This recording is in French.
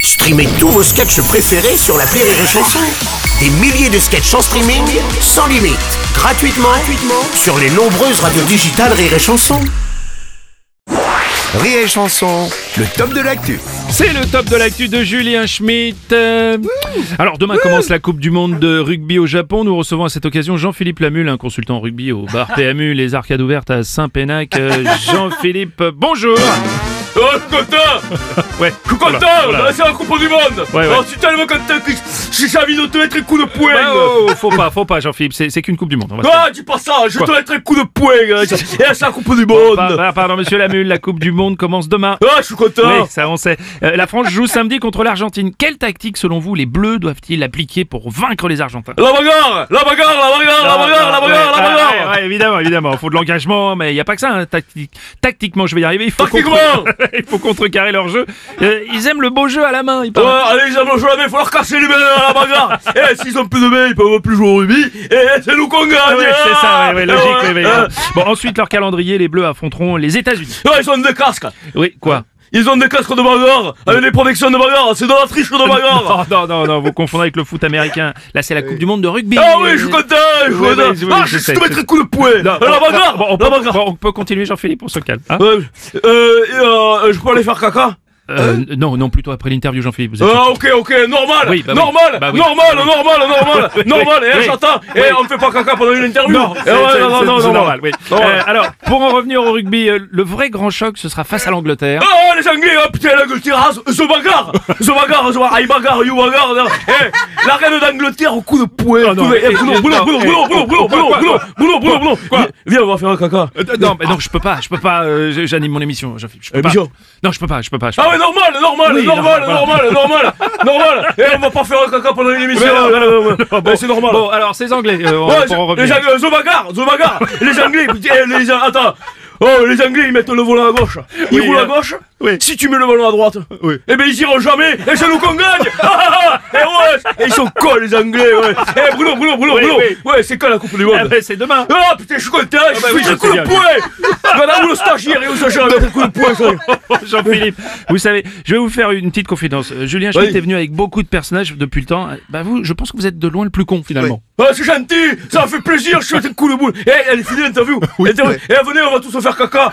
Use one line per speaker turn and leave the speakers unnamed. Streamez tous vos sketchs préférés sur la Rire et Chanson. Des milliers de sketchs en streaming, sans limite, gratuitement, gratuitement sur les nombreuses radios digitales Rire et Chanson.
Rire et chanson, le top de l'actu.
C'est le top de l'actu de Julien Schmitt. Euh, Alors demain commence la Coupe du Monde de rugby au Japon. Nous recevons à cette occasion Jean-Philippe Lamule, un consultant rugby au bar TMU, les arcades ouvertes à Saint-Pénac. Euh, Jean-Philippe, bonjour
Oh, je suis content
Ouais,
Je suis content
Voilà, voilà.
C'est la Coupe du Monde
Ouais, ouais.
Oh, je suis tellement content que je- j'ai envie de te mettre un coup de poing
Ouais, oh, faut pas, faut pas Jean-Philippe, c'est c'est qu'une Coupe du Monde. On va se
Non, dis pas ça Je vais te mettre un coup de poing hein. Et c'est la Coupe du
calmer.
Monde
Par- par- Pardon, monsieur Lamule, la Coupe du Monde commence demain.
Ah, je suis content
Oui, ça on sait. Euh, la France joue samedi contre l'Argentine. Quelle tactique, selon vous, les Bleus doivent-ils appliquer pour vaincre les Argentins
La bagarre La bagarre, la bagarre, la bagarre, la bagarre, la
Ouais,
bagarre
ah, ouais, ouais, évidemment, évidemment. Il faut de l'engagement, mais il n'y a pas que ça. hein, tactique. Tactiquement, je vais y arriver. Il faut,
Tactiquement
contre- il faut contrecarrer leur jeu. Euh, ils aiment le beau jeu à la main. il
Ouais,
paraît.
allez, ils ont joué la main, faut leur casser les mains à la bagarre! Eh, s'ils ont plus de mains, ils peuvent plus jouer au rugby! Eh, c'est nous qu'on gagne!
Ouais, c'est ça, ouais, ouais,
Ah,
logique.
ouais,
ouais, ouais.
euh,
Bon, ensuite, leur calendrier, les Bleus affronteront les États-Unis.
ouais, ils ont des casques!
Oui, quoi
Ils ont des casques de bagarre! Avec des protections de bagarre! C'est de la triche de bagarre!
Non, non, non, non, vous confondez avec le foot américain. Là, c'est la Coupe du Monde de rugby.
Ah oui, je suis content, je suis
Ouais,
content.
ouais, je-
Ah,
je
je
sais,
te
je-
mettrai le coup de poing.
Non,
Ah, la
bon,
bagarre,
bon, on, peut,
la bagarre.
bon, on peut continuer, Jean-Philippe, on se calme. hein
Euh, euh, et, euh, je peux aller faire caca
Euh, non, non, plutôt après l'interview, Jean-Philippe. vous êtes-
Ah ok ok normal
Oui, bah oui.
normal,
Bah oui.
normal normal normal
Oui, oui,
normal
oui.
et j'attends et on fait pas caca pendant une interview
Non,
Eh
c'est-
ouais,
c'est-
non,
c'est-
non,
c'est
non,
normal, oui.
Normal.
Euh, alors, pour en revenir au rugby, euh, le vrai grand choc, ce sera face à l'Angleterre.
Ah les anglais oh, putain la gueule tirasse se bagarre se bagarre se bagarre I bagarre you bagarre non. Eh, la reine d'Angleterre au coup de poing
non,
Eh,
eh,
boulot
eh,
boulot
non,
boulot
eh,
boulot boulot boulot
quoi,
boulot boulot boulot boulot
quoi
viens on va faire un caca
Euh, non, mais non, je peux pas, je peux pas, euh, j- j'anime mon émission, Jean-Philippe, je peux
Euh,
pas.
Michel.
Non, je peux pas, je peux pas. je peux
Ah
pas.
ouais, normal, normal,
Oui,
normal,
normal,
normal, normal, normal. Et on va pas faire un caca pendant une émission.
Mais non,
là, là, là, là.
Bon,
Eh, C'est normal.
Bon, alors, ces Anglais, euh, on-
Ouais,
pour en
les
revenir.
Anglais, The Bagarre, The Bagarre. les Anglais, ils- eh, les, attends. Oh, les Anglais, ils mettent le volant à gauche. Ils
Oui,
roulent
euh,
à gauche. Si tu mets le volant à droite, eh ben ils iront jamais. Et c'est nous qu'on gagne. Ah, ah, ah. Eh ouais, eh, ils sont cons, les Anglais. Ouais. Eh, Bruno, Bruno, Bruno, Bruno.
oui.
Ouais, c'est quoi la Coupe du
Ah,
Monde
bah, c'est demain.
ah putain, je suis content,
bah
je
oui,
suis
je
un coup
sais bien.
de poing Madame le stagiaire et où ça gère avec un coup de poing, ça.
Jean-Philippe, vous savez, je vais vous faire une petite confidence. Euh, Julien Schmitt
Oui.
est venu avec beaucoup de personnages depuis le temps. Euh, Bah vous, je pense que vous êtes de loin le plus con finalement.
Ah, c'est gentil, ça fait plaisir, je suis un coup de boule. Eh, elle est finie l'interview. L'interview. Eh, venez, on va tous se faire caca.